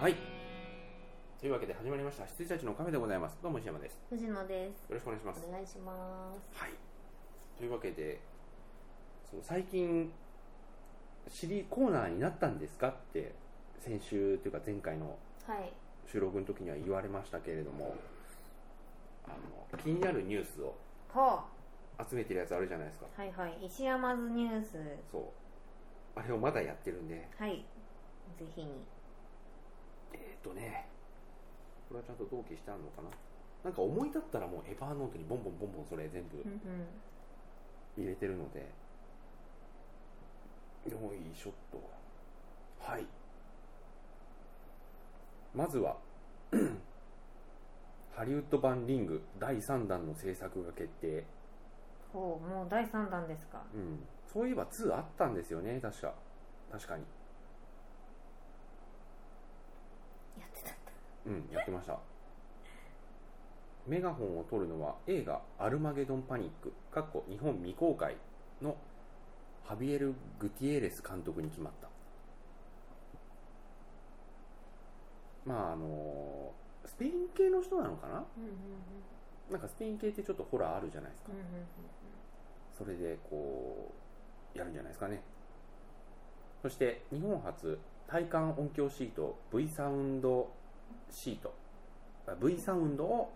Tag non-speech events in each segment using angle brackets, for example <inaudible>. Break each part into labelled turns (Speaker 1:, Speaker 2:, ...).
Speaker 1: はい。というわけで始まりました。羊たちのカフェでございます。どうも石山です。
Speaker 2: 藤野です。
Speaker 1: よろしくお願いします。
Speaker 2: お願いします。
Speaker 1: はい。というわけで、その最近、知りコーナーになったんですかって、先週というか前回の
Speaker 2: はい。
Speaker 1: 収録の時には言われましたけれども、あの気になるニュースを
Speaker 2: は
Speaker 1: 集めてるやつあるじゃないですか。
Speaker 2: あ、はいはい。石山ズニュース。
Speaker 1: そう。あれをまだやってるんで、
Speaker 2: はい。ぜひに。
Speaker 1: えーっとね、これはちゃんと同期してあるのかな。なんか思い立ったらもうエバーノートにボンボンボンボンそれ全部
Speaker 2: うんうん。
Speaker 1: 入れてるのでよいしょっとはいまずは <clears throat> ハリウッド版リング第3弾の制作が決定、
Speaker 2: ほう、もう第三弾ですか。
Speaker 1: うん、そういえば2あったんですよね確か確かに
Speaker 2: やってたんだ。
Speaker 1: うんやってましたメガホンを取るのは映画「アルマゲドン・パニック」かっこ日本未公開のハビエル・グティエレス監督に決まったまああのスペイン系の人なのかな
Speaker 2: うんうん
Speaker 1: なんかスペイン系ってちょっとホラーあるじゃないですか
Speaker 2: うん。うんうん
Speaker 1: それでこうやるんじゃないですかねそして日本初体感音響シート V サウンドシートあ V サウンドを、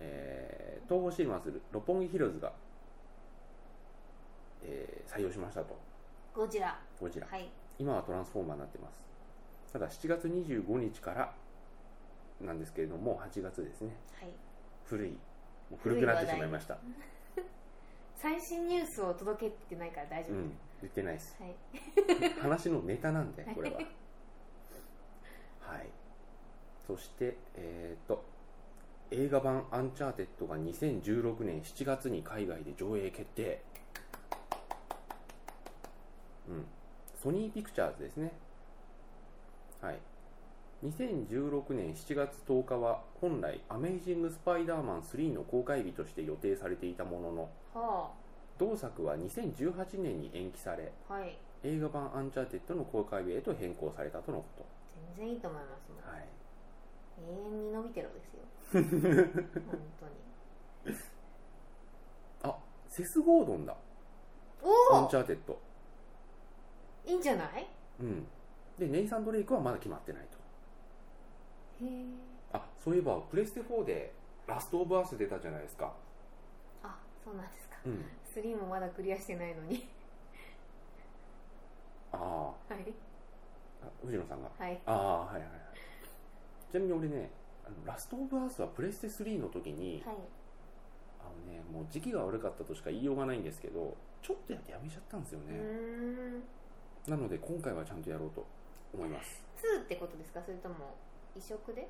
Speaker 1: えー東宝シネマする六本木ヒルズが、えー採用しましたと
Speaker 2: ゴジラ。
Speaker 1: ゴジラ
Speaker 2: はい。
Speaker 1: 今はトランスフォーマーになってますただ7月25日からなんですけれども8月ですね
Speaker 2: はい。
Speaker 1: 古いもう古くなってしまいました、
Speaker 2: 最新ニュースを届けてないから大丈
Speaker 1: う
Speaker 2: 夫。
Speaker 1: ん、言ってないです
Speaker 2: はい。
Speaker 1: 話のネタなんでこれははいそしてえっ、と映画版「アンチャーテッド」が2016年7月に海外で上映決定うんソニーピクチャーズですねはい2016年7月10日は本来「アメイジング・スパイダーマン3」の公開日として予定されていたものの
Speaker 2: は
Speaker 1: 同作は2018年に延期され
Speaker 2: あ。はい。
Speaker 1: 映画版「アンチャーテッド」の公開日へと変更されたとのこ
Speaker 2: 全然いいと思います。も
Speaker 1: と、はい、
Speaker 2: う永遠に伸びてるですよ。
Speaker 1: <laughs>
Speaker 2: 本当に。
Speaker 1: あセス・ゴードンだ「ア
Speaker 2: お
Speaker 1: ン
Speaker 2: お
Speaker 1: チャーテッド
Speaker 2: いいんじゃないへ」
Speaker 1: うんでネイサン・ドレイクはまだ決まってないと
Speaker 2: え。
Speaker 1: あそういえばプレステ4で「ラスト・オブ・アース」出たじゃないですか
Speaker 2: あ、そうなんですか。
Speaker 1: うん
Speaker 2: 3もまだクリアしてないのに。
Speaker 1: あ
Speaker 2: はい。
Speaker 1: ーあ藤野さんが
Speaker 2: はい。
Speaker 1: ああはいはいはいちなみに俺ねあのラスト・オブ・アースはプレステ3の時に、
Speaker 2: はい。
Speaker 1: あのねもう時期が悪かったとしか言いようがないんですけどちょっとやってやめちゃったんですよ
Speaker 2: う
Speaker 1: ね、
Speaker 2: ーん。
Speaker 1: なので今回はちゃんとやろうと思います
Speaker 2: 2ってことですかそれとも移植で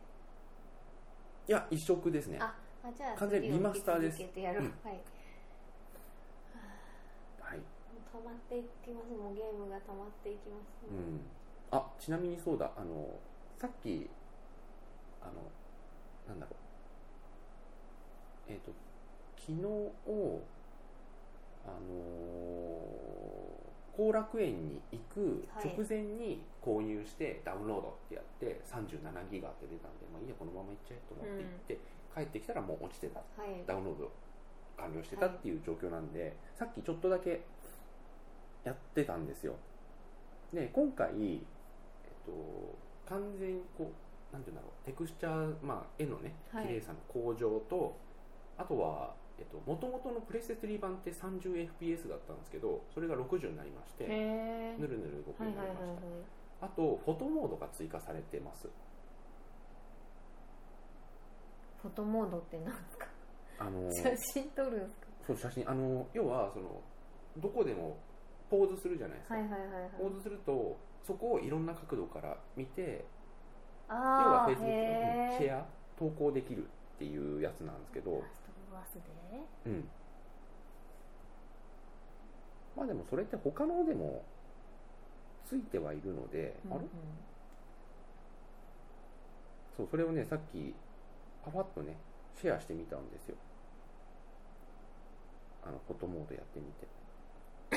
Speaker 1: いや一色ですね
Speaker 2: ああじゃあ
Speaker 1: 完全にリマスターです
Speaker 2: 次を引き続けてやろう、
Speaker 1: うん
Speaker 2: はい
Speaker 1: はい
Speaker 2: 溜まっていきますもうゲームが溜まっていきます、
Speaker 1: うん、あちなみにそうだあのさっきあのなんだろうえっ、と昨日あのー後楽園に行く
Speaker 2: はい
Speaker 1: 直前に購入してダウンロードってやって37ギガって出たんで、まあ、いいやこのまま行っちゃえと思って行って、帰ってきたらもう落ちてた
Speaker 2: はい
Speaker 1: ダウンロード完了してたっていう状況なんで、さっきちょっとだけやってたんですよで今回、えっと、完全にこうなんて言うんだろうテクスチャー、まあ、絵のね
Speaker 2: はい
Speaker 1: 綺麗さの向上と、あとはもともとのプレステ3版って 30fps だったんですけどそれが60になりまして
Speaker 2: へえ
Speaker 1: ぬるぬる動く
Speaker 2: は
Speaker 1: ように
Speaker 2: い
Speaker 1: ないりま
Speaker 2: ははい
Speaker 1: した、
Speaker 2: はい
Speaker 1: あとフォトモードが追加されてます
Speaker 2: フォトモードってなんか
Speaker 1: あの
Speaker 2: 写真撮るんです
Speaker 1: そう写真あの要はそのどこでもポーズするじゃないですか、
Speaker 2: かはいはいはいはい
Speaker 1: ポーズするとそこをいろんな角度から見て要
Speaker 2: あ
Speaker 1: は
Speaker 2: あ
Speaker 1: Facebook のうんシ
Speaker 2: へえ
Speaker 1: ェア投稿できるっていうやつなんですけど、
Speaker 2: ラストオブアースで
Speaker 1: うん、まあでもそれって他のでもついてはいるので、あれ
Speaker 2: う
Speaker 1: そうそれをねさっきパパッとねシェアしてみたんですよあのフォトモードやってみてあ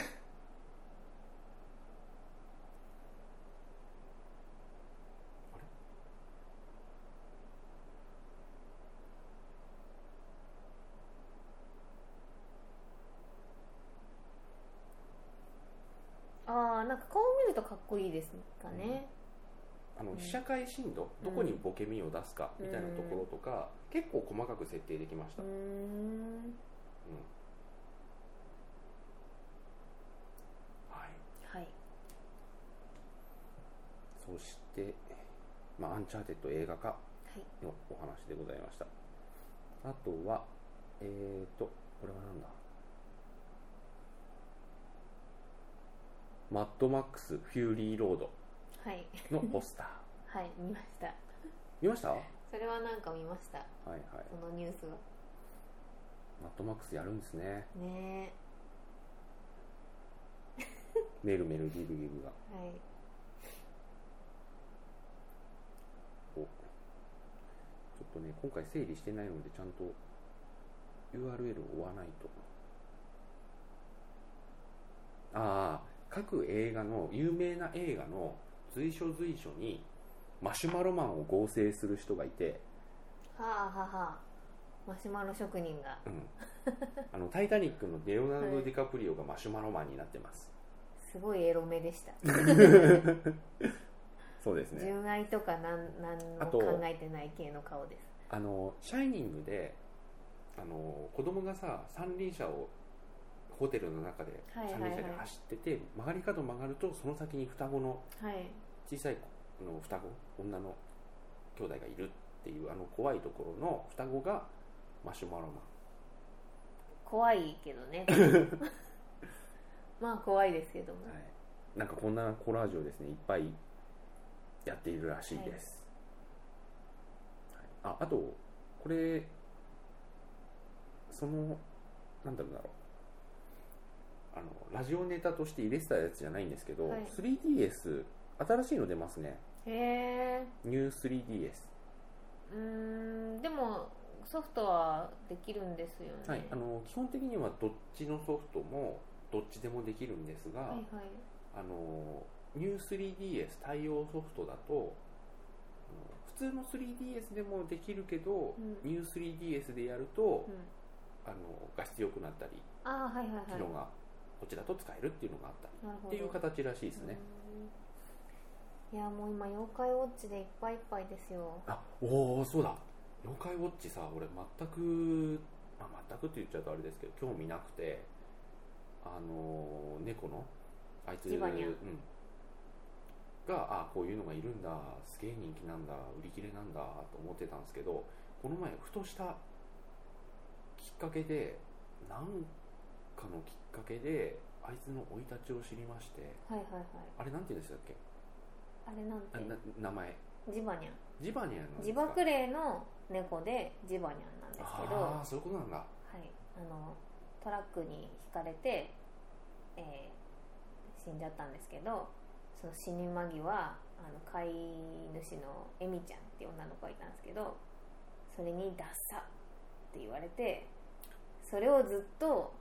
Speaker 2: いいですかね、
Speaker 1: あの
Speaker 2: うん
Speaker 1: 被写界深度、どこにボケ身を出すかみたいなところとか、結構細かく設定できまし
Speaker 2: う
Speaker 1: た、
Speaker 2: ー
Speaker 1: うん
Speaker 2: ん
Speaker 1: はい、
Speaker 2: はい
Speaker 1: そして、まあ、アンチャーテッド映画化
Speaker 2: はい
Speaker 1: のお話でございましたあとはえー、とこれはなんだマッドマックス・フューリー・ロード
Speaker 2: はい
Speaker 1: のポスター
Speaker 2: はい見ました
Speaker 1: 見ましたはい
Speaker 2: それはなんか見ました
Speaker 1: はい
Speaker 2: そのニュースは
Speaker 1: マッドマックスやるんですね
Speaker 2: ね
Speaker 1: メルメルギブギブが
Speaker 2: えはい
Speaker 1: おちょっとね今回整理してないのでちゃんと URL を追わないとああ各映画の有名な映画の随所随所にマシュマロマンを合成する人がいて、
Speaker 2: はあはあはあマシュマロ職人が
Speaker 1: うんあの「タイタニック」のレオナルド・ディカプリオがマシュマロマンになってます、
Speaker 2: すごいエロめでした、
Speaker 1: そうですね
Speaker 2: 純愛とかなんなん
Speaker 1: あ
Speaker 2: も
Speaker 1: と
Speaker 2: 考えてない系の顔です
Speaker 1: あの「シャイニングで」あの子供がさ三輪車をホテルの中で
Speaker 2: はいはい
Speaker 1: 三
Speaker 2: はい
Speaker 1: 輪車で走ってて、曲がり角曲がるとその先に双子の
Speaker 2: はい
Speaker 1: 小さい子の双子女の兄弟がいるっていうあの怖いところの双子がマシュマロマン
Speaker 2: 怖いけど <laughs> ねまあ怖いですけども、
Speaker 1: はい、なんかこんなコラージュをですねいっぱいやっているらしいです、はいああとこれそのなんだろうなあのラジオネタとして入れてたやつじゃないんですけど、
Speaker 2: はい
Speaker 1: 3DS 新しいの出ますね
Speaker 2: へえ
Speaker 1: ニュー 3DS、
Speaker 2: うーんでもソフトはできるんですよね
Speaker 1: はい、あの基本的にはどっちのソフトもどっちでもできるんですが、
Speaker 2: はい
Speaker 1: あの New3DS 対応ソフトだとあの普通の 3DS でもできるけど、
Speaker 2: う
Speaker 1: New3DS でやると、
Speaker 2: うん
Speaker 1: あの画質良くなったり
Speaker 2: ああはいはいはい
Speaker 1: 機能がこっちだと使えるっていうのがあったり、
Speaker 2: なるほど
Speaker 1: っていう形らしいですね、
Speaker 2: うーんいやもう今妖怪ウォッチでいっぱいいっぱいですよ
Speaker 1: あおおそうだ妖怪ウォッチさ俺全く、まあ、全くって言っちゃうとあれですけど興味なくてあのー猫のあいつ
Speaker 2: ジバニ
Speaker 1: う
Speaker 2: ャ
Speaker 1: ん、があこういうのがいるんだすげえ人気なんだ売り切れなんだと思ってたんですけどこの前ふとしたきっかけでなんかのきっかけであいつの生い立ちを知りまして
Speaker 2: はいはいはい
Speaker 1: あれなんて言うんでしたっけ
Speaker 2: あれなん
Speaker 1: あ
Speaker 2: て
Speaker 1: な名前
Speaker 2: ジバニャン
Speaker 1: ジバニャなんですか
Speaker 2: ジバクレイの猫でジバニャンなんですけど
Speaker 1: ああそういうことなんだ
Speaker 2: はい、あのトラックにひかれて、えー死んじゃったんですけどその死に間際あの飼い主のエミちゃんっていう女の子がいたんですけどそれに「ダッサ」って言われてそれをずっと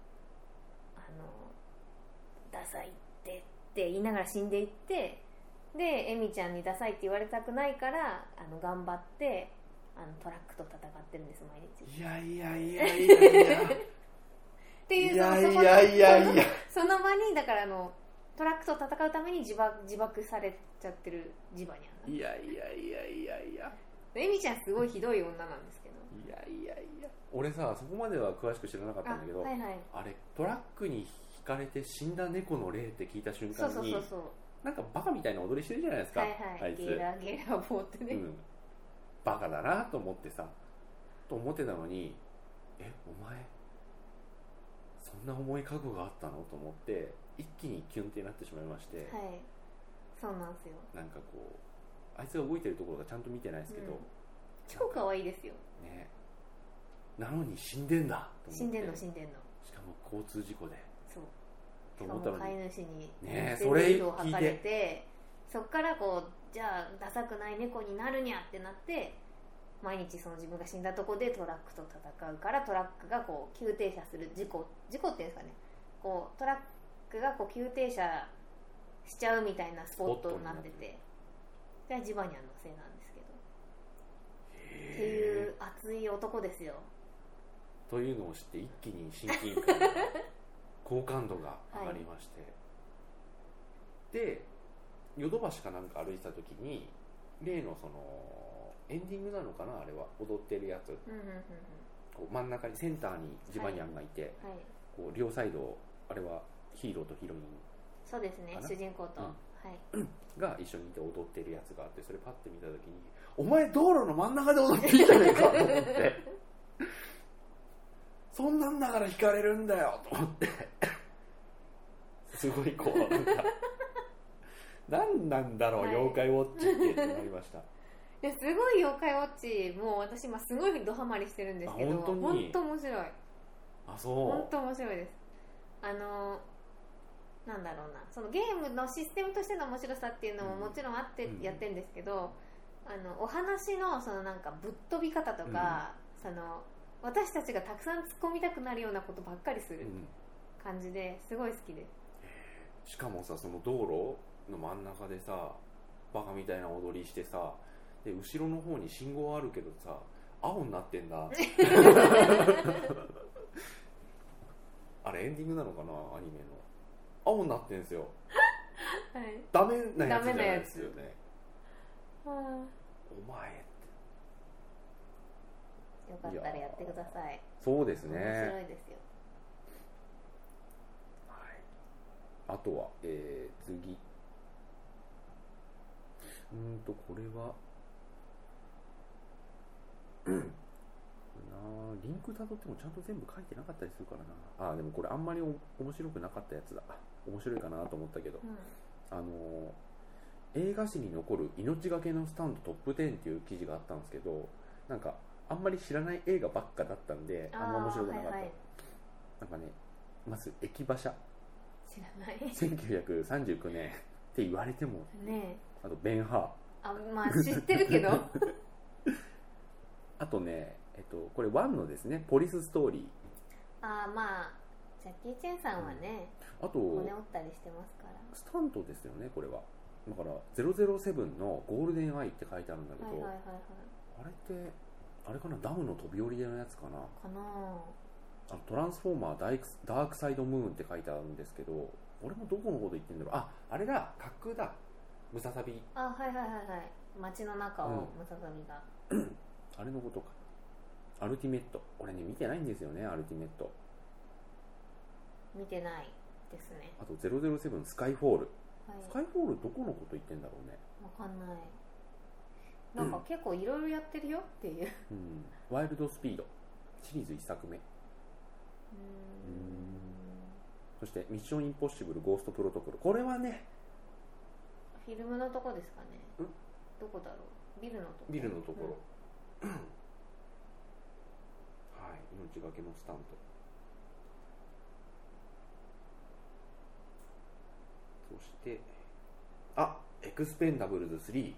Speaker 2: 「あのダサいって」って言いながら死んでいってでエミちゃんに「ダサい」って言われたくないからあの頑張ってあのトラックと戦ってるんです毎日。
Speaker 1: いやいやいやいやいや
Speaker 2: っていう
Speaker 1: いや
Speaker 2: そ
Speaker 1: い
Speaker 2: のそこ
Speaker 1: やいやいや
Speaker 2: その場にだ <laughs> からあのトラックと戦うために自爆自爆されちゃってるジバニャン
Speaker 1: いやいやいやいやいや
Speaker 2: エミちゃんすごいひどい女なんですけど
Speaker 1: いやいやいや俺さそこまでは詳しく知らなかったんだけどあ,、
Speaker 2: はいはい
Speaker 1: れトラックにひかれて死んだ猫の霊って聞いた瞬
Speaker 2: そ
Speaker 1: 間
Speaker 2: う
Speaker 1: に
Speaker 2: そうそうそう
Speaker 1: なんかバカみたいな踊りしてるじゃないですか、
Speaker 2: はいは
Speaker 1: あ
Speaker 2: い
Speaker 1: いつ、
Speaker 2: ゲラゲラ棒って
Speaker 1: う
Speaker 2: ね、
Speaker 1: ん、バカだなと思ってさと思ってたのにえお前そんな重い覚悟があったのと思って一気にキュンってなってしまいまして、
Speaker 2: はいそうなんですよ
Speaker 1: なんかこうあいつが動いてるところがちゃんと見てないですけど、
Speaker 2: うん超可愛いですよ
Speaker 1: ねなのに死んでんだと思って
Speaker 2: 死んでんの死んでんの
Speaker 1: しかも交通事故で
Speaker 2: そう
Speaker 1: と
Speaker 2: し
Speaker 1: 思
Speaker 2: かも
Speaker 1: ったの
Speaker 2: 飼い
Speaker 1: に
Speaker 2: 主に
Speaker 1: ねえ
Speaker 2: 全然
Speaker 1: それ
Speaker 2: を
Speaker 1: 聞いて
Speaker 2: 吐かれてそっからこうじゃあダサくない猫になるにゃってなって毎日その自分が死んだとこでトラックと戦うからトラックがこう急停車する事故事故っていうんですかねこうトラックがこう急停車しちゃうみたいなスポットになって
Speaker 1: スポットに
Speaker 2: てじゃあジバニャンのせいなんですけどってい
Speaker 1: へ
Speaker 2: う熱い男ですよ
Speaker 1: ーというのを知って一気に親近感が好感度が上がりまして、でヨドバシかなんか歩いてた時に例のそのエンディングなのかなあれは踊ってるやつ
Speaker 2: うんうんうんうん
Speaker 1: こう真ん中にセンターにジバニャンがいて、
Speaker 2: はい
Speaker 1: こう両サイドをあれはヒーローとヒロイン
Speaker 2: そうですね
Speaker 1: かな
Speaker 2: 主人公と、
Speaker 1: うん
Speaker 2: はい
Speaker 1: が一緒にいて踊ってるやつがあってそれパッて見た時にお前道路の真ん中で踊っていいじゃねえかと思って <laughs> そんなんだから惹かれるんだよと思ってすごいこうなんか何なんだろう、
Speaker 2: はい
Speaker 1: 妖怪ウォッチってってなりました
Speaker 2: いやすごい妖怪ウォッチもう私今すごいドハマりしてるんですけど
Speaker 1: あ本当に
Speaker 2: 本当面白い
Speaker 1: あ
Speaker 2: 本
Speaker 1: そ
Speaker 2: 当面白いですあのなんだろうなそのゲームのシステムとしての面白さっていうのも
Speaker 1: うん
Speaker 2: もちろんあって
Speaker 1: うん
Speaker 2: やってるんですけど、あのお話のそのなんかぶっ飛び方とか、その私たちがたくさん突っ込みたくなるようなことばっかりす
Speaker 1: う、う
Speaker 2: る
Speaker 1: ん、
Speaker 2: 感じですごい好きです
Speaker 1: しかもさその道路の真ん中でさバカみたいな踊りしてさで後ろの方に信号あるけどさ青になってん <laughs> だあれエンディングなのかなアニメの青になってんすよ
Speaker 2: はい
Speaker 1: ダメなやつじゃないですよ
Speaker 2: ダ
Speaker 1: ねお前って
Speaker 2: よかったらやってください
Speaker 1: そうです
Speaker 2: 面
Speaker 1: ね
Speaker 2: 白いですよ
Speaker 1: はいあとは、えー、次うーんとこれはうんなあリンク辿ってもちゃんと全部書いてなかったりするからなあーでもこれあんまりお面白くなかったやつだ面白いかなと思ったけど
Speaker 2: うん
Speaker 1: あのー映画史に残る命がけのスタンドトップ10っていう記事があったんですけどなんかあんまり知らない映画ばっかだったんであんま面白くなかった、
Speaker 2: あーはいはい
Speaker 1: なんかねまず駅馬車
Speaker 2: 知らない
Speaker 1: 1939年って言われても
Speaker 2: ねえ
Speaker 1: あとベン・ハ
Speaker 2: あまあ知ってるけどは
Speaker 1: ーあとね、えっと、これ1のですねポリスストーリ
Speaker 2: あーまあジャッキー・チェンさんはね、
Speaker 1: ーあと
Speaker 2: 骨折ったりしてますから
Speaker 1: スタントですよねこれはだから007のゴールデンアイって書いてあるんだけど、
Speaker 2: はいはいはいはい
Speaker 1: あれってあれかなダムの飛び降りのやつかな
Speaker 2: かな
Speaker 1: あ
Speaker 2: あ
Speaker 1: のトランスフォーマーダイクスダークサイドムーンって書いてあるんですけど俺もどこのこと言ってんだろうああれだ架空だムササビ
Speaker 2: あはいはいはいはい街の中をムササビが、
Speaker 1: あれのことかアルティメット俺ね見てないんですよねアルティメット
Speaker 2: 見てないですね
Speaker 1: あと007スカイフォール
Speaker 2: はい
Speaker 1: スカイフォールどこのこと言ってんだろうね
Speaker 2: わかんないなんか結構いろいろやってるよっていう
Speaker 1: うんワイルドスピードシリーズ1作目そしてミッションインポッシブルゴーストプロトコルこれはね
Speaker 2: フィルムのとこですかね
Speaker 1: ん
Speaker 2: どこだろうビルのとこ
Speaker 1: ビルのところ、はい命がけのスタントそしてあエクスペンダブルズ3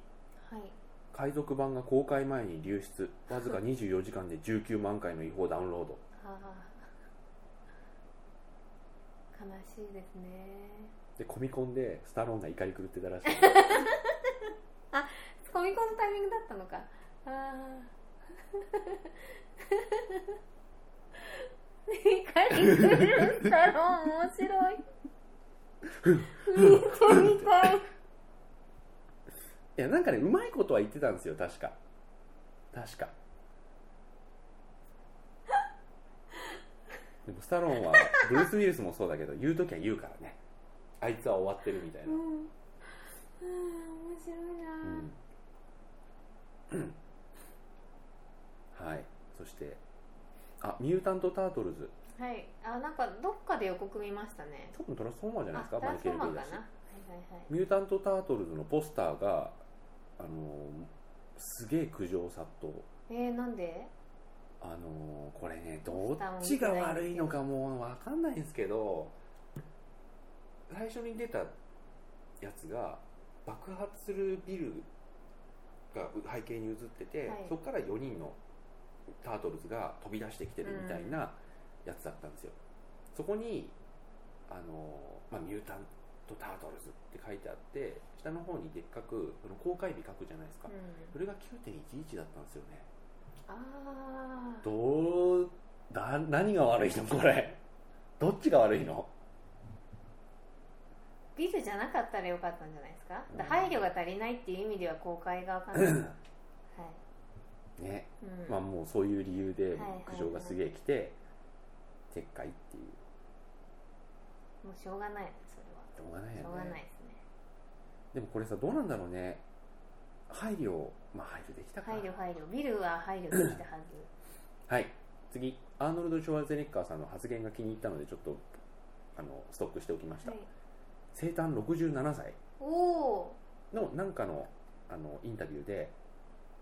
Speaker 2: うんはい
Speaker 1: 海賊版が公開前に流出わずか24時間で19万回の違法ダウンロード
Speaker 2: ああ悲しいですね
Speaker 1: でコミコンでスタローンが怒り狂ってたらしい
Speaker 2: コミコンのタイミングだったのかああ怒り狂るだろう面白い見てみたい
Speaker 1: いやなんかねうまいことは言ってたんですよ確か確
Speaker 2: <laughs>
Speaker 1: かでもスタローンはブルース・ウィルスもそうだけど言う時は言うからねあいつは終わってるみたいな、う
Speaker 2: う
Speaker 1: ん
Speaker 2: んうん面白いな、
Speaker 1: はいそしてあミュータント・タートルズ
Speaker 2: はいあなんかどっかで予告見ましたね
Speaker 1: 多分トランスフォーマーじゃない
Speaker 2: あ
Speaker 1: ですか
Speaker 2: トランスフォーマ
Speaker 1: マイケルベイ
Speaker 2: ーかな
Speaker 1: だ
Speaker 2: は
Speaker 1: し
Speaker 2: いはいはい
Speaker 1: ミュータント・タートルズのポスターがあのーすげえ苦情殺到
Speaker 2: えー、なんで
Speaker 1: あのーこれねどっちが悪いのかもう分かんないんですけど最初に出たやつが爆発するビルが背景に映ってて、
Speaker 2: はい
Speaker 1: そこから4人のタートルズが飛び出してきてるみたいなやつだったんですよ、そこにあのー、まあ、ミュータント・タートルズって書いてあって下の方にでっかくその公開日書くじゃないですか、
Speaker 2: うん
Speaker 1: それが9.11だったんですよね、
Speaker 2: ああ
Speaker 1: どうだ <laughs> 何が悪いのこれどっちが悪いの
Speaker 2: ビルじゃなかったらよかったんじゃないですか
Speaker 1: うん
Speaker 2: だ配慮が足りないっていう意味では公開が
Speaker 1: <laughs>
Speaker 2: 分かんないはい、
Speaker 1: ね、
Speaker 2: うん
Speaker 1: まあもうそういう理由で
Speaker 2: はいはい
Speaker 1: 苦情がすげえ来て撤回っていう
Speaker 2: もうしょうがないそれは
Speaker 1: しょうがないよね
Speaker 2: しょうがないですね
Speaker 1: でもこれさどうなんだろうね配慮をまあ配慮できたか
Speaker 2: 配慮配慮ビルは配慮できたはず
Speaker 1: はい次アーノルド・ショワルツェネッカーさんの発言が気に入ったのでちょっとあのストックしておきました、
Speaker 2: はい
Speaker 1: 生誕67歳
Speaker 2: おお
Speaker 1: のなんかのあのインタビューで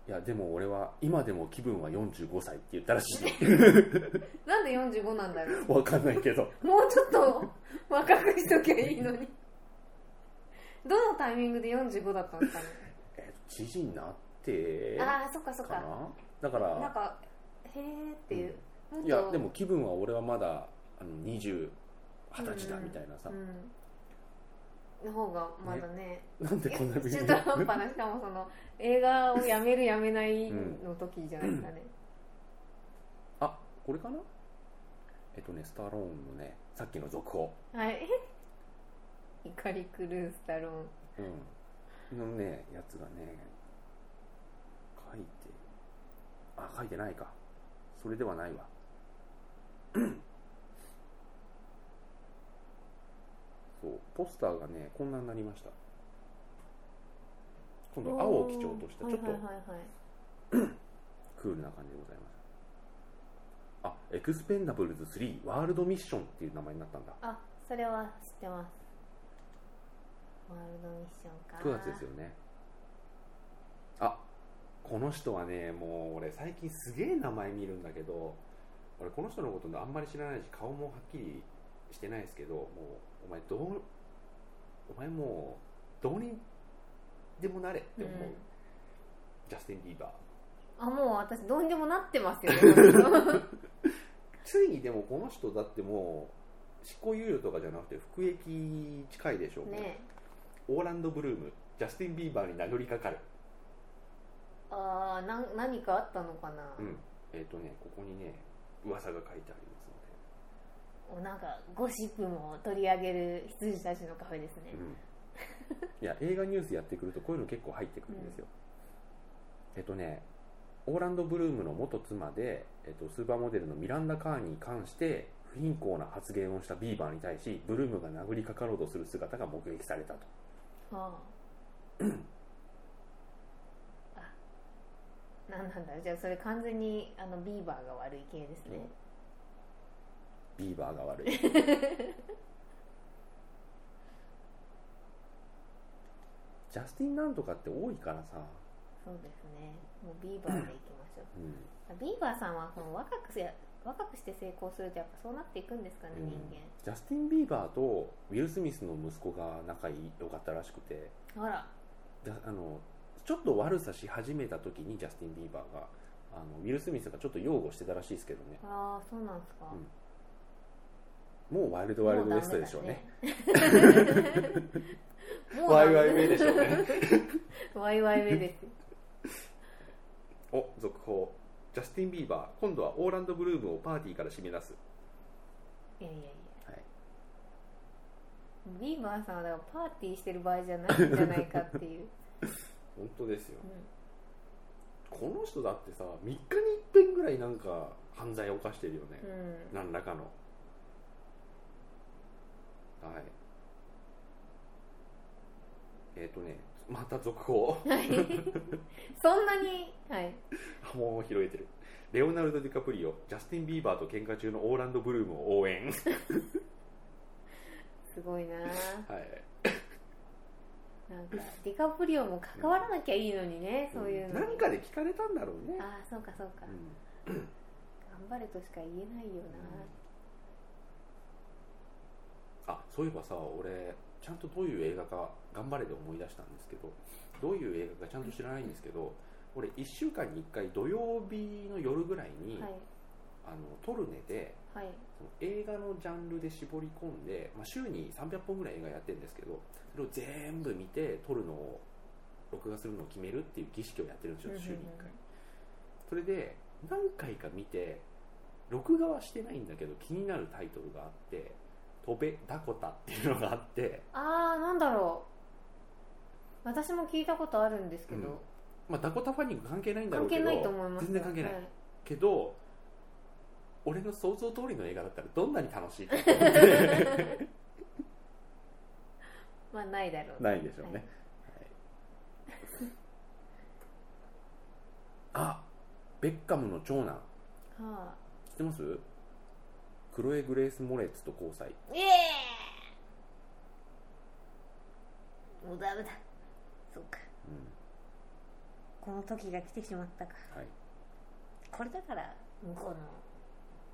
Speaker 1: いやでも俺は今でも気分は45歳って言ったら
Speaker 2: <laughs>
Speaker 1: し
Speaker 2: ーなんで45なんだろ
Speaker 1: いわかんないけど
Speaker 2: う <laughs> もうちょっと若くしときゃいいのにどのタイミングで45だったんですかね
Speaker 1: え知事になってか
Speaker 2: <laughs> ああそっかそっ
Speaker 1: な
Speaker 2: か
Speaker 1: だから
Speaker 2: なんかへえっていう、もっと
Speaker 1: いやでも気分は俺はまだあの20二十歳だ
Speaker 2: うん
Speaker 1: みたいなさ、
Speaker 2: うん、の方がまだね
Speaker 1: なんでこんな微
Speaker 2: <laughs> 中
Speaker 1: 妙
Speaker 2: 途
Speaker 1: な
Speaker 2: 半端なしかもその映画をやめるやめないの時じゃないですかね、
Speaker 1: あ <laughs> これかなえっとねスタローンのねさっきの続報、
Speaker 2: はい怒り狂うスタローン
Speaker 1: うん、のねやつがね書いてあ書いてないかそれではないわ <clears throat> そうポスターがねこんなになりました今度は青を基調としたちょっ
Speaker 2: はい
Speaker 1: と
Speaker 2: はいはいはい
Speaker 1: クールな感じでございますあエクスペンダブルズ3ワールドミッションっていう名前になったんだ
Speaker 2: あそれは知ってますワールドミッションか
Speaker 1: 9月ですよねあこの人はねもう俺最近すげえ名前見るんだけど俺この人のことあんまり知らないし顔もはっきりしてないですけどもうお前どうお前もうどうにでもなれって思う、
Speaker 2: うん
Speaker 1: ジャスティン・ビーバー
Speaker 2: あもう私どうにでもなってま
Speaker 1: <laughs>
Speaker 2: すよね
Speaker 1: ついにでもこの人だってもう執行猶予とかじゃなくて服役近いでしょう
Speaker 2: ね
Speaker 1: オーランド・ブルームジャスティン・ビーバーに殴りかかる
Speaker 2: あーなん何かあったのかな、
Speaker 1: うんえっ、とねここにね噂が書いてありますの
Speaker 2: おなんかゴシップも取り上げる羊たちのカフェですね
Speaker 1: で、、うん、いや映画ニュースやってくるとこういうの結構入ってくるんですよ、えっ、とねオーランド・ブルームの元妻で、えっとスーパーモデルのミランダ・カーンに関して不貧困な発言をしたビーバーに対しブルームが殴りかかろうとする姿が目撃されたと
Speaker 2: あああなんなんだろうじゃあそれ完全にあのビーバーが悪い系ですね、
Speaker 1: ビーバーが悪いジャスティンなんとかって多いからさ、
Speaker 2: そうですねもうビーバーでいきましょう
Speaker 1: うん、
Speaker 2: ビーバーさんはこの若くせ若くして成功するとやっぱそうなっていくんですかね、
Speaker 1: うん
Speaker 2: 人
Speaker 1: ジャスティン・ビーバーとウィル・スミスの息子が仲良かったらしくて
Speaker 2: 間あら
Speaker 1: だあのちょっと悪さし始めた時にジャスティン・ビーバーがあのウィル・スミスがちょっと擁護してたらしいですけどね
Speaker 2: ああそうなんですか、
Speaker 1: うんもうワイルド・ワイルド・ウエストでしょうね <laughs> ワイワイ目でしょうね
Speaker 2: <laughs> ワイワイ目です
Speaker 1: お続報ジャスティン・ビーバー今度はオーランド・ブルームをパーティーから締め出す
Speaker 2: いやいやいや、
Speaker 1: はい
Speaker 2: ビーバーさんはだからパーティーしてる場合じゃないんじゃないかっていう、
Speaker 1: 本当ですよ
Speaker 2: う
Speaker 1: この人だってさ3日に1遍ぐらいなんか犯罪を犯してるよね
Speaker 2: ん、うん
Speaker 1: 何らかのはいえっ、とねまた続報
Speaker 2: はいそんなに、はい、
Speaker 1: もう拾えてるレオナルド・ディカプリオジャスティン・ビーバーと喧嘩中のオーランド・ブルームを応援
Speaker 2: すごいな
Speaker 1: はい
Speaker 2: なんかディカプリオも関わらなきゃいいのにね、そういうのに
Speaker 1: 何かで聞かれたんだろうね
Speaker 2: ああそうかそうか、
Speaker 1: うん
Speaker 2: 頑張れとしか言えないよ
Speaker 1: あそういえばさ俺ちゃんとどういう映画か頑張れで思い出したんですけどどういう映画かちゃんと知らないんですけど俺1週間に1回土曜日の夜ぐらいに、
Speaker 2: な、
Speaker 1: あのトルネで
Speaker 2: はいはい
Speaker 1: その映画のジャンルで絞り込んで、まあ、週に300本ぐらい映画やってるんですけどそれを全部見て撮るのを録画するのを決めるっていう儀式をやってるんですよ週に1回それで何回か見て録画はしてないんだけど気になるタイトルがあってオベダコタっていうのがあって、
Speaker 2: あーなんだろう私も聞いたことあるんですけど、
Speaker 1: まあ、ダコタファニング関係ないんだろ
Speaker 2: 関
Speaker 1: うけ
Speaker 2: 係
Speaker 1: ど
Speaker 2: ないと思います
Speaker 1: 全然関係ない、
Speaker 2: は
Speaker 1: けど俺の想像通りの映画だったらどんなに楽しいかと思って
Speaker 2: <laughs> まあないだろう
Speaker 1: ないでしょうね、あベッカムの長男
Speaker 2: はいはあ
Speaker 1: 知ってますクロエ・グレース・モレッツと交際
Speaker 2: イエーイもうダメだそうか
Speaker 1: う
Speaker 2: この時が来てしまったか
Speaker 1: んはい、
Speaker 2: これだから向こうの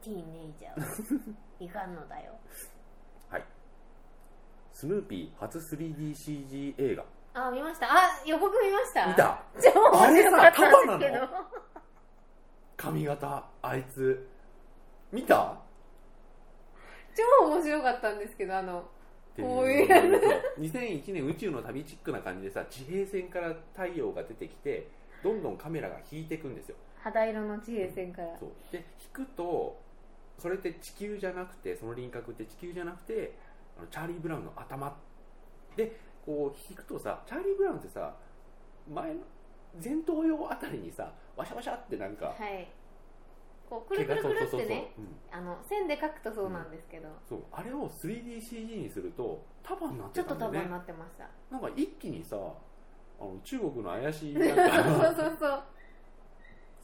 Speaker 2: ティーネイジャー
Speaker 1: <laughs>
Speaker 2: はいかんのだよ
Speaker 1: はい、スヌーピー初 3DCG 映画
Speaker 2: あ見ましたあ予告見ました
Speaker 1: 見た
Speaker 2: じゃあ面白かったん
Speaker 1: あ
Speaker 2: で
Speaker 1: れ
Speaker 2: す
Speaker 1: さ
Speaker 2: けど
Speaker 1: 髪型あいつ見た
Speaker 2: 超面白かったんですけどあのこういうや
Speaker 1: そう2001年宇宙の旅チックな感じでさ地平線から太陽が出てきてどんどんカメラが引いていくんですよ
Speaker 2: 肌色の地平線から
Speaker 1: そうで引くとそれって地球じゃなくてその輪郭って地球じゃなくてあのチャーリー・ブラウンの頭でこう引くとさチャーリー・ブラウンってさ前の前頭葉あたりにさワシャワシャってなんか
Speaker 2: はいこうくるくるくるってね
Speaker 1: うん
Speaker 2: あの線で描くとそうなんですけど、
Speaker 1: そうあれを 3DCG にすると束になっ
Speaker 2: ち
Speaker 1: て
Speaker 2: ょったと
Speaker 1: んだ
Speaker 2: 束
Speaker 1: よね
Speaker 2: になってました、
Speaker 1: なんか一気にさあの中国の怪しい
Speaker 2: <laughs>
Speaker 1: なん
Speaker 2: そう
Speaker 1: か
Speaker 2: そうそう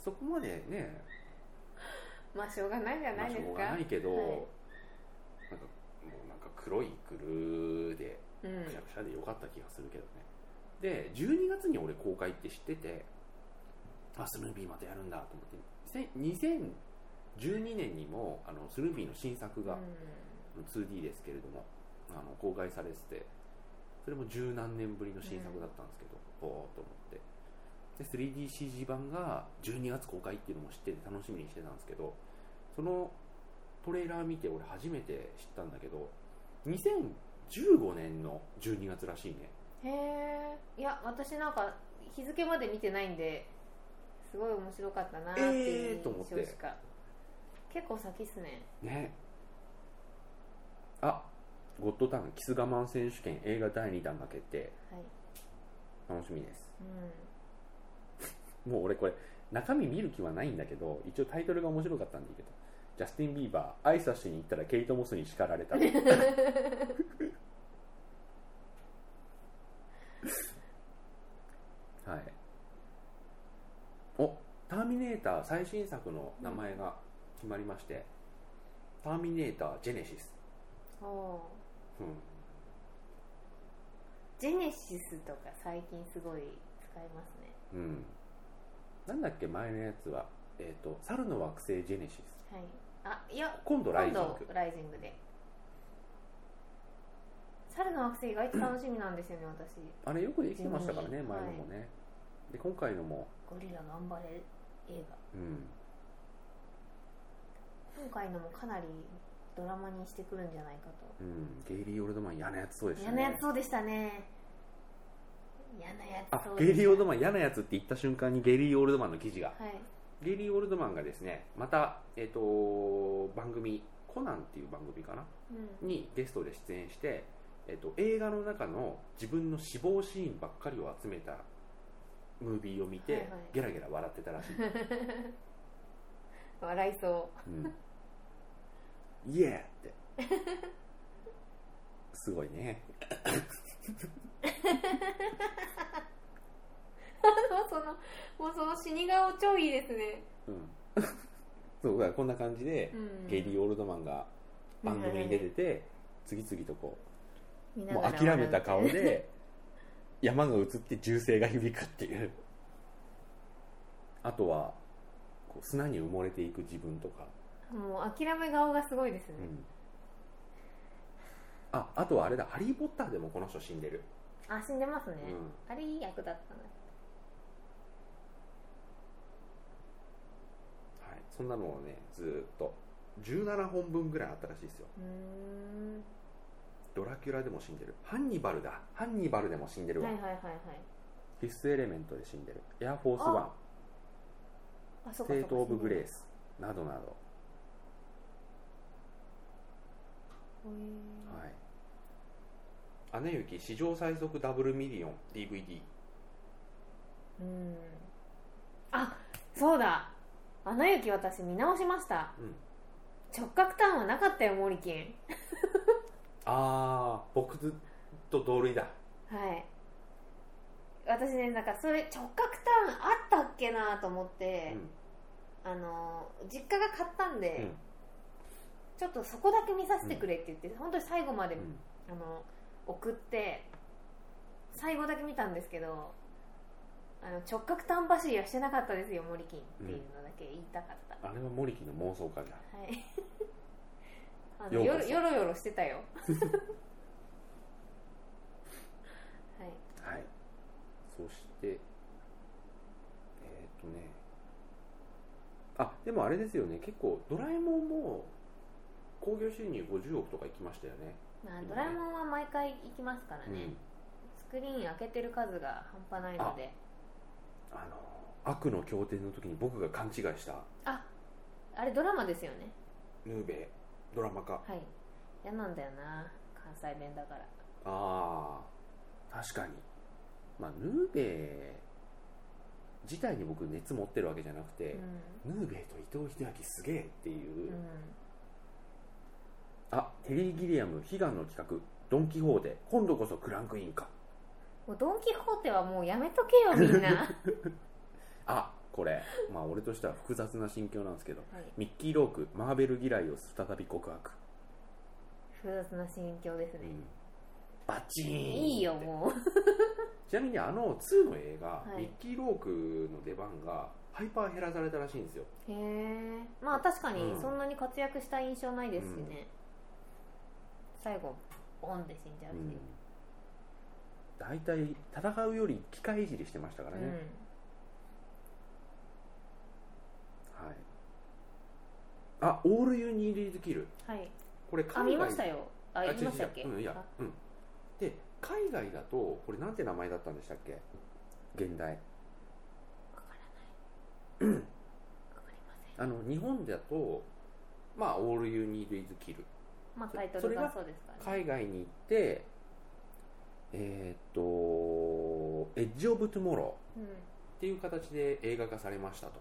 Speaker 1: そこまでね
Speaker 2: まあしょうがないじゃ
Speaker 1: ま
Speaker 2: な
Speaker 1: あ
Speaker 2: い
Speaker 1: し
Speaker 2: で
Speaker 1: ょ
Speaker 2: す
Speaker 1: う
Speaker 2: か、
Speaker 1: がないけど、
Speaker 2: はい
Speaker 1: なんかもうなんか黒いクルーで
Speaker 2: うん
Speaker 1: くしゃくしゃでよかった気がするけどねで12月に俺公開って知っててあスヌーピーまたやるんだと思ってせん2012年にもあのスヌーピーの新作が、2D ですけれどもあの公開されててそれも十何年ぶりの新作だったんですけど、おおーっと思ってで 3DCG 版が12月公開っていうのも知ってて楽しみにしてたんですけどそのトレーラー見て俺初めて知ったんだけど2015年の12月らしいね
Speaker 2: うん、へえいや私なんか日付まで見てないんですごい面白かったなってい
Speaker 1: え
Speaker 2: う
Speaker 1: ーと思って
Speaker 2: 印象しか、結構先っすね
Speaker 1: ねあゴッドタウンキス我慢選手権映画第2弾が決定
Speaker 2: はい、
Speaker 1: 楽しみです
Speaker 2: うん、
Speaker 1: もう俺これ中身見る気はないんだけど一応タイトルが面白かったんでいいけどジャスティン・ビーバー挨拶しに行ったらケイト・モスに叱られたはいおターミネーター最新作の名前が決まりまして、ターミネータージェネシス、
Speaker 2: おお
Speaker 1: うん、
Speaker 2: ジェネシスとか最近すごい使いますね
Speaker 1: うん、なんだっけ前のやつは、えーと「猿の惑星ジェネシス
Speaker 2: はいあいや」
Speaker 1: 今度ライ
Speaker 2: 今
Speaker 1: ジン
Speaker 2: 度
Speaker 1: グ
Speaker 2: ライジングで猿の惑星意外と楽しみなんですよね私
Speaker 1: あれよくできてましたからね
Speaker 2: 地味に
Speaker 1: 前のもね、で今回のも、
Speaker 2: ゴリラ頑張れ映画
Speaker 1: うん、
Speaker 2: 今回のもかなりドラマにしてくるんじゃないか
Speaker 1: う
Speaker 2: と
Speaker 1: ん、ゲイリー・オールドマン嫌なやつそうでした
Speaker 2: 嫌
Speaker 1: ね
Speaker 2: なやつそうでしたね嫌なや
Speaker 1: あ
Speaker 2: つそう
Speaker 1: ゲイ
Speaker 2: で
Speaker 1: リ
Speaker 2: し
Speaker 1: ー・オール
Speaker 2: た
Speaker 1: ドマン嫌なやつって言った瞬間にゲイリー・オールドマンの記事が
Speaker 2: はい
Speaker 1: ゲイリー・オールドマンがですねまた、えっと番組「コナン」っていう番組かな
Speaker 2: うん
Speaker 1: にゲストで出演して、えっと映画の中の自分の死亡シーンばっかりを集めたムービーを見て、
Speaker 2: はいはい
Speaker 1: ゲラゲラ笑ってた
Speaker 2: <laughs>
Speaker 1: らしい、
Speaker 2: 笑いそ
Speaker 1: うん、イエーって
Speaker 2: <laughs>
Speaker 1: すごいね
Speaker 2: う <laughs> もうそのもうその死に顔超いいですね
Speaker 1: うんそうだからこんな感じで
Speaker 2: う、ん
Speaker 1: ゲイリー・オールドマンが番組に出てて、次々とこ
Speaker 2: 見
Speaker 1: う
Speaker 2: な
Speaker 1: も
Speaker 2: が
Speaker 1: う
Speaker 2: ら笑
Speaker 1: 諦めた顔
Speaker 2: う
Speaker 1: で
Speaker 2: <laughs>
Speaker 1: 山が映って銃声が響くっていうあとはこう砂に埋もれていく自分とか、
Speaker 2: もう諦め顔がすごいですね
Speaker 1: う、んああとはあれだ「ハリー・ポッター」でもこの人死んでる、
Speaker 2: あ死んでますね、
Speaker 1: うん
Speaker 2: あれいい役だったな
Speaker 1: はい、そんなのをねずーっと17本分ぐらいあったらしいですよ
Speaker 2: うーん
Speaker 1: ドラキュラでも死んでるハンニバルだハンニバルでも死んでるわ、
Speaker 2: はいはいはいはい
Speaker 1: フィフスエレメントで死んでるエアフォースワン
Speaker 2: あそうか
Speaker 1: テイト・オブ・グレ
Speaker 2: ー
Speaker 1: ースなどなど
Speaker 2: おえ
Speaker 1: はい「アナ雪史上最速ダブルミリオン DVD
Speaker 2: うんあそうだ「アナ雪」私見直しました」
Speaker 1: うん
Speaker 2: 直角ターンはなかったよモリキン
Speaker 1: ああ僕と同類だ
Speaker 2: はい私ねなんかそれ直角ターンあったっけなと思って、あの実家が買ったんで、
Speaker 1: うん
Speaker 2: ちょっとそこだけ見させてくれって言って、本当に最後まで、
Speaker 1: うん
Speaker 2: あの送って最後だけ見たんですけどあの直角端走りはしてなかったですよ森金っていうのだけ言いたかった、
Speaker 1: あれはモリキの妄想家だ
Speaker 2: はい <laughs> あの
Speaker 1: よう
Speaker 2: よ
Speaker 1: こ
Speaker 2: ろ
Speaker 1: そ
Speaker 2: よろよろしてたよ
Speaker 1: <laughs>
Speaker 2: はい
Speaker 1: はいそしてえーっとねあでもあれですよね結構ドラえもんも興行収入50億とかいきましたよね
Speaker 2: まあ、ドラえもんは毎回行きますからね、
Speaker 1: うん
Speaker 2: スクリーン開けてる数が半端ないので
Speaker 1: あの悪の経典の時に僕が勘違いした
Speaker 2: ああれドラマですよね
Speaker 1: ヌーベイドラマ化
Speaker 2: はい嫌なんだよな関西弁だから
Speaker 1: ああ確かにまあヌーベイ自体に僕熱持ってるわけじゃなくて、ヌーベイと伊藤英明すげえっていう、
Speaker 2: うん、うん、
Speaker 1: あテリー・ギリアム悲願の企画「ドン・キホーテ今度こそクランクインか
Speaker 2: もうドン・キホーテはもうやめとけよみ
Speaker 1: <laughs>
Speaker 2: んな、はい、」
Speaker 1: あこれまあ俺としては複雑な心境なんですけどミッキー・ロークマーベル嫌いを再び告白、
Speaker 2: 複雑な心境です
Speaker 1: う
Speaker 2: ね、
Speaker 1: ん、バチーン
Speaker 2: いいよ
Speaker 1: って
Speaker 2: も
Speaker 1: ちなみにあの2の映画、
Speaker 2: い
Speaker 1: ミッキー・ロークの出番がハイパー減らされたらしいんですよ
Speaker 2: うへえまあ確かに
Speaker 1: うん
Speaker 2: そんなに活躍した印象ないですしね、最後ボンで死んじゃうっていう、
Speaker 1: 大体、戦うより機械いじりしてましたから
Speaker 2: うん
Speaker 1: ね、はい、あオール・ユニー・リーズ・キル
Speaker 2: はい
Speaker 1: これ
Speaker 2: あ
Speaker 1: 海
Speaker 2: 見
Speaker 1: 外
Speaker 2: ましたよあ
Speaker 1: あ
Speaker 2: 言いましたっけ
Speaker 1: 違う違ううんいや
Speaker 2: あ
Speaker 1: うんで海外だとこれなんて名前だったんでしたっけ現代
Speaker 2: わからないわかりません
Speaker 1: あの日本だとまあオール・ユニー・リーズ・キル
Speaker 2: まあタイト
Speaker 1: そ
Speaker 2: ル
Speaker 1: れ
Speaker 2: が
Speaker 1: が
Speaker 2: そうですからね
Speaker 1: 海外に行ってえーっと「エッジ・オブ・トゥモロー」
Speaker 2: うん
Speaker 1: っていう形で映画化されましたと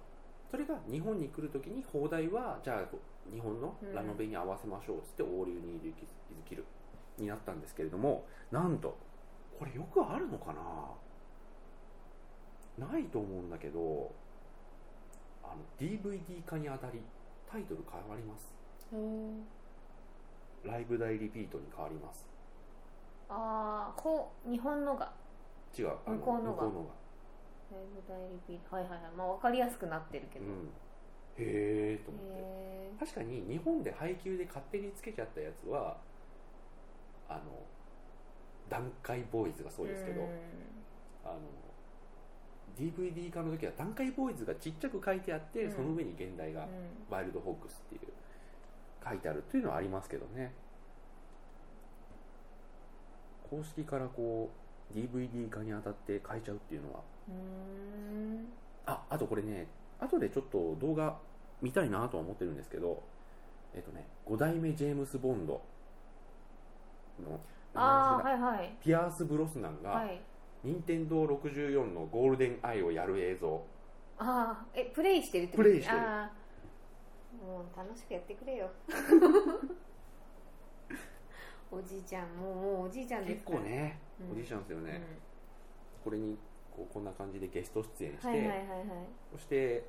Speaker 1: それが日本に来るときに放題はじゃあ日本のラノベに合わせましょうっつって大流に行ききるになったんですけれどもなんとこれよくあるのかなないと思うんだけどあの DVD 化にあたりタイトル変わります
Speaker 2: へえ
Speaker 1: ライブ大リピートに変わります
Speaker 2: ああこう日本のが
Speaker 1: 違うあ
Speaker 2: 向こうのが
Speaker 1: 向こうのが
Speaker 2: だいぶ代理ピはいはいはいまあ分かりやすくなってるけ
Speaker 1: う
Speaker 2: ど、へ
Speaker 1: んへえと思って
Speaker 2: え
Speaker 1: 確かに日本で配給で勝手につけちゃったやつはあの段階ボーイズがそうですけど、
Speaker 2: うん
Speaker 1: あの DVD 化の時は段階ボーイズがちっちゃく書いてあって、
Speaker 2: うん
Speaker 1: その上に現代が
Speaker 2: うん
Speaker 1: ワイルドホークスっていう書いてあるっていうのはありますけどね公式からこう DVD 化にあたって変えちゃうっていうのは
Speaker 2: うーん
Speaker 1: ああとこれね後でちょっと動画見たいなとは思ってるんですけどえっとね5代目ジェームス・ボンドの
Speaker 2: あ
Speaker 1: 名前忘れた
Speaker 2: あはいはい
Speaker 1: ピアース・ブロスナン
Speaker 2: は
Speaker 1: が
Speaker 2: い
Speaker 1: 任天堂64のゴールデンアイをやる映像
Speaker 2: ああえプレイしてるってこと
Speaker 1: プレイしてる
Speaker 2: あーもう楽しくやってく
Speaker 1: <laughs>
Speaker 2: れよおじいちゃんもうもうおじいちゃんで
Speaker 1: 結
Speaker 2: すから
Speaker 1: 構ね
Speaker 2: うん
Speaker 1: おじいちゃんですよね、これにこうこんな感じでゲスト出演して、
Speaker 2: うん、はいはいはいはい
Speaker 1: そして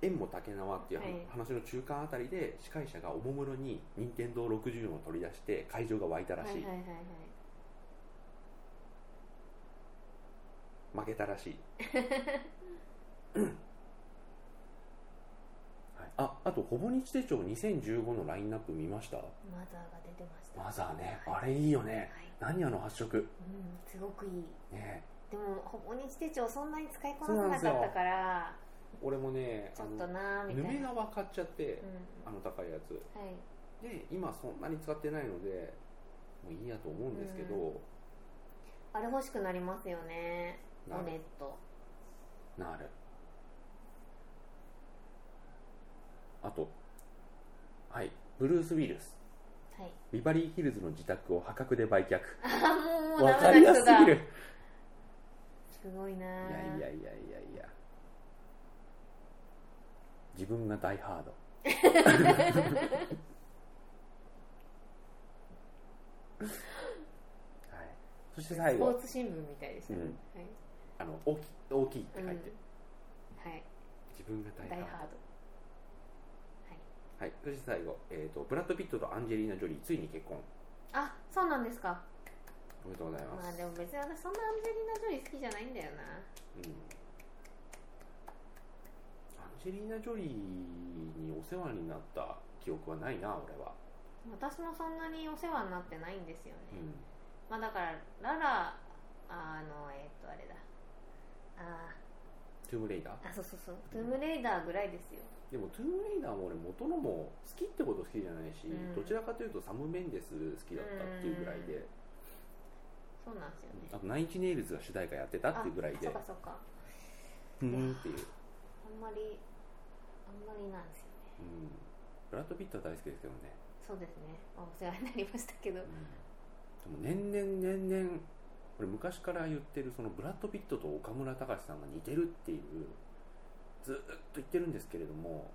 Speaker 1: 縁も竹縄っていう
Speaker 2: はい
Speaker 1: 話の中間あたりで司会者がおもむろに任天堂64を取り出して会場が沸いたら
Speaker 2: は
Speaker 1: し
Speaker 2: いはい
Speaker 1: い、
Speaker 2: はいはい
Speaker 1: 負けたらしい、 <laughs> はい、ああと「ほぼ日手帳2015」のラインナップ見ました
Speaker 2: マザーが出てました
Speaker 1: マザーねあれいいよね
Speaker 2: はい、
Speaker 1: 何あの発色
Speaker 2: うん、すごくいい
Speaker 1: ね
Speaker 2: でもほぼ日手帳そんなに使いこなせなかったから
Speaker 1: 俺もね
Speaker 2: ち
Speaker 1: あ
Speaker 2: ょっと
Speaker 1: の
Speaker 2: なーみ
Speaker 1: ぬ
Speaker 2: たい
Speaker 1: め
Speaker 2: な
Speaker 1: が分かっちゃって
Speaker 2: う、ん
Speaker 1: あの高いやつ
Speaker 2: はい
Speaker 1: で今そんなに使ってないのでもういいやと思うんですけど、
Speaker 2: うあれ欲しくなりますよね
Speaker 1: な
Speaker 2: オネ
Speaker 1: る
Speaker 2: ット
Speaker 1: なるあとはいブルース・ウィルス
Speaker 2: はい <laughs>
Speaker 1: ビバリーヒルズの自宅を破格で売却
Speaker 2: あーもうもう
Speaker 1: わ
Speaker 2: ダ
Speaker 1: か
Speaker 2: メ
Speaker 1: り
Speaker 2: な
Speaker 1: や
Speaker 2: 人
Speaker 1: す
Speaker 2: だ
Speaker 1: すぎる
Speaker 2: すごいない
Speaker 1: やいやいやいやいや自分がダイ
Speaker 2: <laughs>
Speaker 1: ハードはいそして最
Speaker 2: スポ
Speaker 1: 後
Speaker 2: ーツ新聞みたいですね、
Speaker 1: うん
Speaker 2: はい
Speaker 1: あの大き大きいって書い
Speaker 2: うん
Speaker 1: て、
Speaker 2: はい、
Speaker 1: 自分が大
Speaker 2: ダイ
Speaker 1: ハードは
Speaker 2: ハード
Speaker 1: い、そして最後、えーと、ブラッド・ピットとアンジェリーナ・ジョリーついに結婚
Speaker 2: あそうなんですか
Speaker 1: おめでとうございます、
Speaker 2: まあでも別に私そんなアンジェリーナ・ジョリー好きじゃないん
Speaker 1: うん、アンジェリーナ・
Speaker 2: だよな
Speaker 1: ジョリーにお世話になった記憶はないな俺は、
Speaker 2: 私もそんなにお世話になってないんですよ
Speaker 1: う
Speaker 2: ね、
Speaker 1: ん、
Speaker 2: まあだからララあのえっとあれだあ
Speaker 1: トゥームレイダー
Speaker 2: ーあそうそうそうトゥームレイダーぐらいですよ
Speaker 1: でもトゥームレイダーも俺元のも好きってこと好きじゃないし、
Speaker 2: うん
Speaker 1: どちらかというとサム・メンデス好きだったっていうぐらいで、
Speaker 2: そうなんですよね
Speaker 1: あとナインチネイルズが主題歌やってたっていうぐらいで
Speaker 2: あそうかそうか
Speaker 1: うんっていう、うん、
Speaker 2: あんまりあんまりなんですよね
Speaker 1: ブラッド・ピットは大好きですけどね、
Speaker 2: そうですね、まあ、お世話になりましたけど
Speaker 1: うん、でも年々年々俺昔から言ってるそのブラッド・ピットと岡村隆史さんが似てるっていうずーっと言ってるんですけれども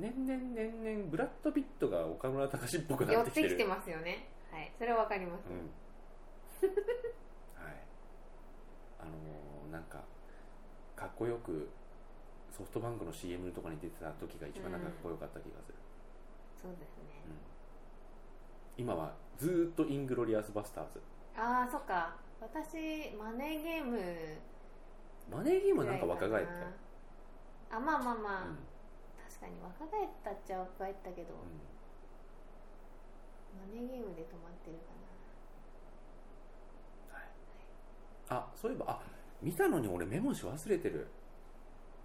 Speaker 1: 年々年々ブラッド・ピットが岡村隆史っぽく
Speaker 2: 寄
Speaker 1: なっ
Speaker 2: ってて
Speaker 1: きてる
Speaker 2: きてますよねはいそれはわかります、
Speaker 1: うん、はいあのーなんかかっこよくソフトバンクの CM とかに出てた時が一番なんかかっこよかった気がする、
Speaker 2: そうですね
Speaker 1: うん今はずーっとイングロリアスバスターズ
Speaker 2: ああそっか私マネーゲーム
Speaker 1: マネーゲーム
Speaker 2: ぐ
Speaker 1: はなん
Speaker 2: ら
Speaker 1: か
Speaker 2: いな
Speaker 1: 若返ったよ、
Speaker 2: あまあまあ
Speaker 1: うん
Speaker 2: まあ、
Speaker 1: うん
Speaker 2: 確かに若返ったっちゃ若返ったけど、マネーゲームで止まってるか
Speaker 1: あそういえばあ見たのに俺メモし忘れてる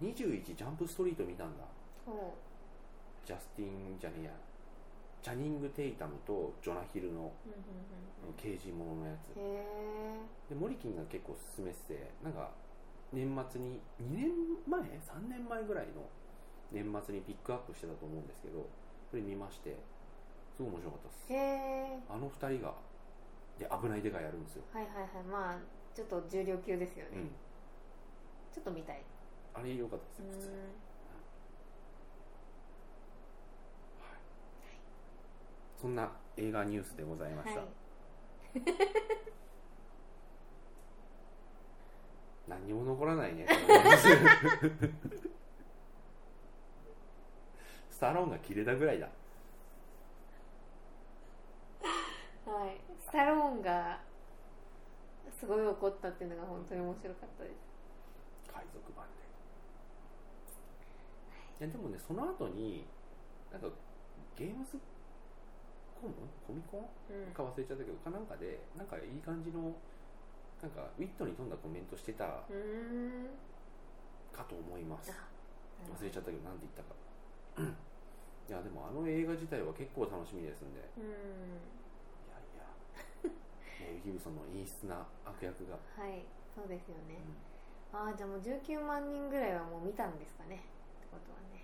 Speaker 1: 21ジャンプストリート見たんだ
Speaker 2: なほ
Speaker 1: ジャスティン・じゃねえやチャニング・テイタムとジョナヒルの
Speaker 2: ううんうん
Speaker 1: 刑事もののやつ
Speaker 2: うんうんへ
Speaker 1: でモリキンが結構勧めててなんか年末に2年前3年前ぐらいの年末にピックアップしてたと思うんですけどそれ見ましてすごい面白かった
Speaker 2: え
Speaker 1: です
Speaker 2: へえ
Speaker 1: あの2人がで危ないデカやるんですよ、
Speaker 2: はいはいはいまあちょっと重量級ですよ
Speaker 1: う
Speaker 2: ね、
Speaker 1: ん、
Speaker 2: ちょっと見たい
Speaker 1: あれ良かった
Speaker 2: う
Speaker 1: ですよ
Speaker 2: ん
Speaker 1: そんな映画ニュースでございました、
Speaker 2: はい
Speaker 1: 何にも残ら
Speaker 2: <laughs>
Speaker 1: ないねこのニューススタローンが切れたぐらいだ
Speaker 2: はい、スタローンがすごい怒ったっていうのが本当に面白かったです
Speaker 1: 海賊版で、い、やでもねその後になんかゲームスコムコミコン
Speaker 2: うん
Speaker 1: か忘れちゃったけどかなんかでなんかいい感じのなんかウィットに富んだコメントしてた
Speaker 2: うーん
Speaker 1: かと思います
Speaker 2: あ
Speaker 1: 忘れちゃったけどなんて言ったかいやでもあの映画自体は結構楽しみですんでい
Speaker 2: うん
Speaker 1: やいや <laughs> メイル・ギブソンの陰湿な悪役が、
Speaker 2: はいそうですよ
Speaker 1: う
Speaker 2: ね
Speaker 1: ん
Speaker 2: ああじゃあもう19万人ぐらいはもう見たんですかねってことはね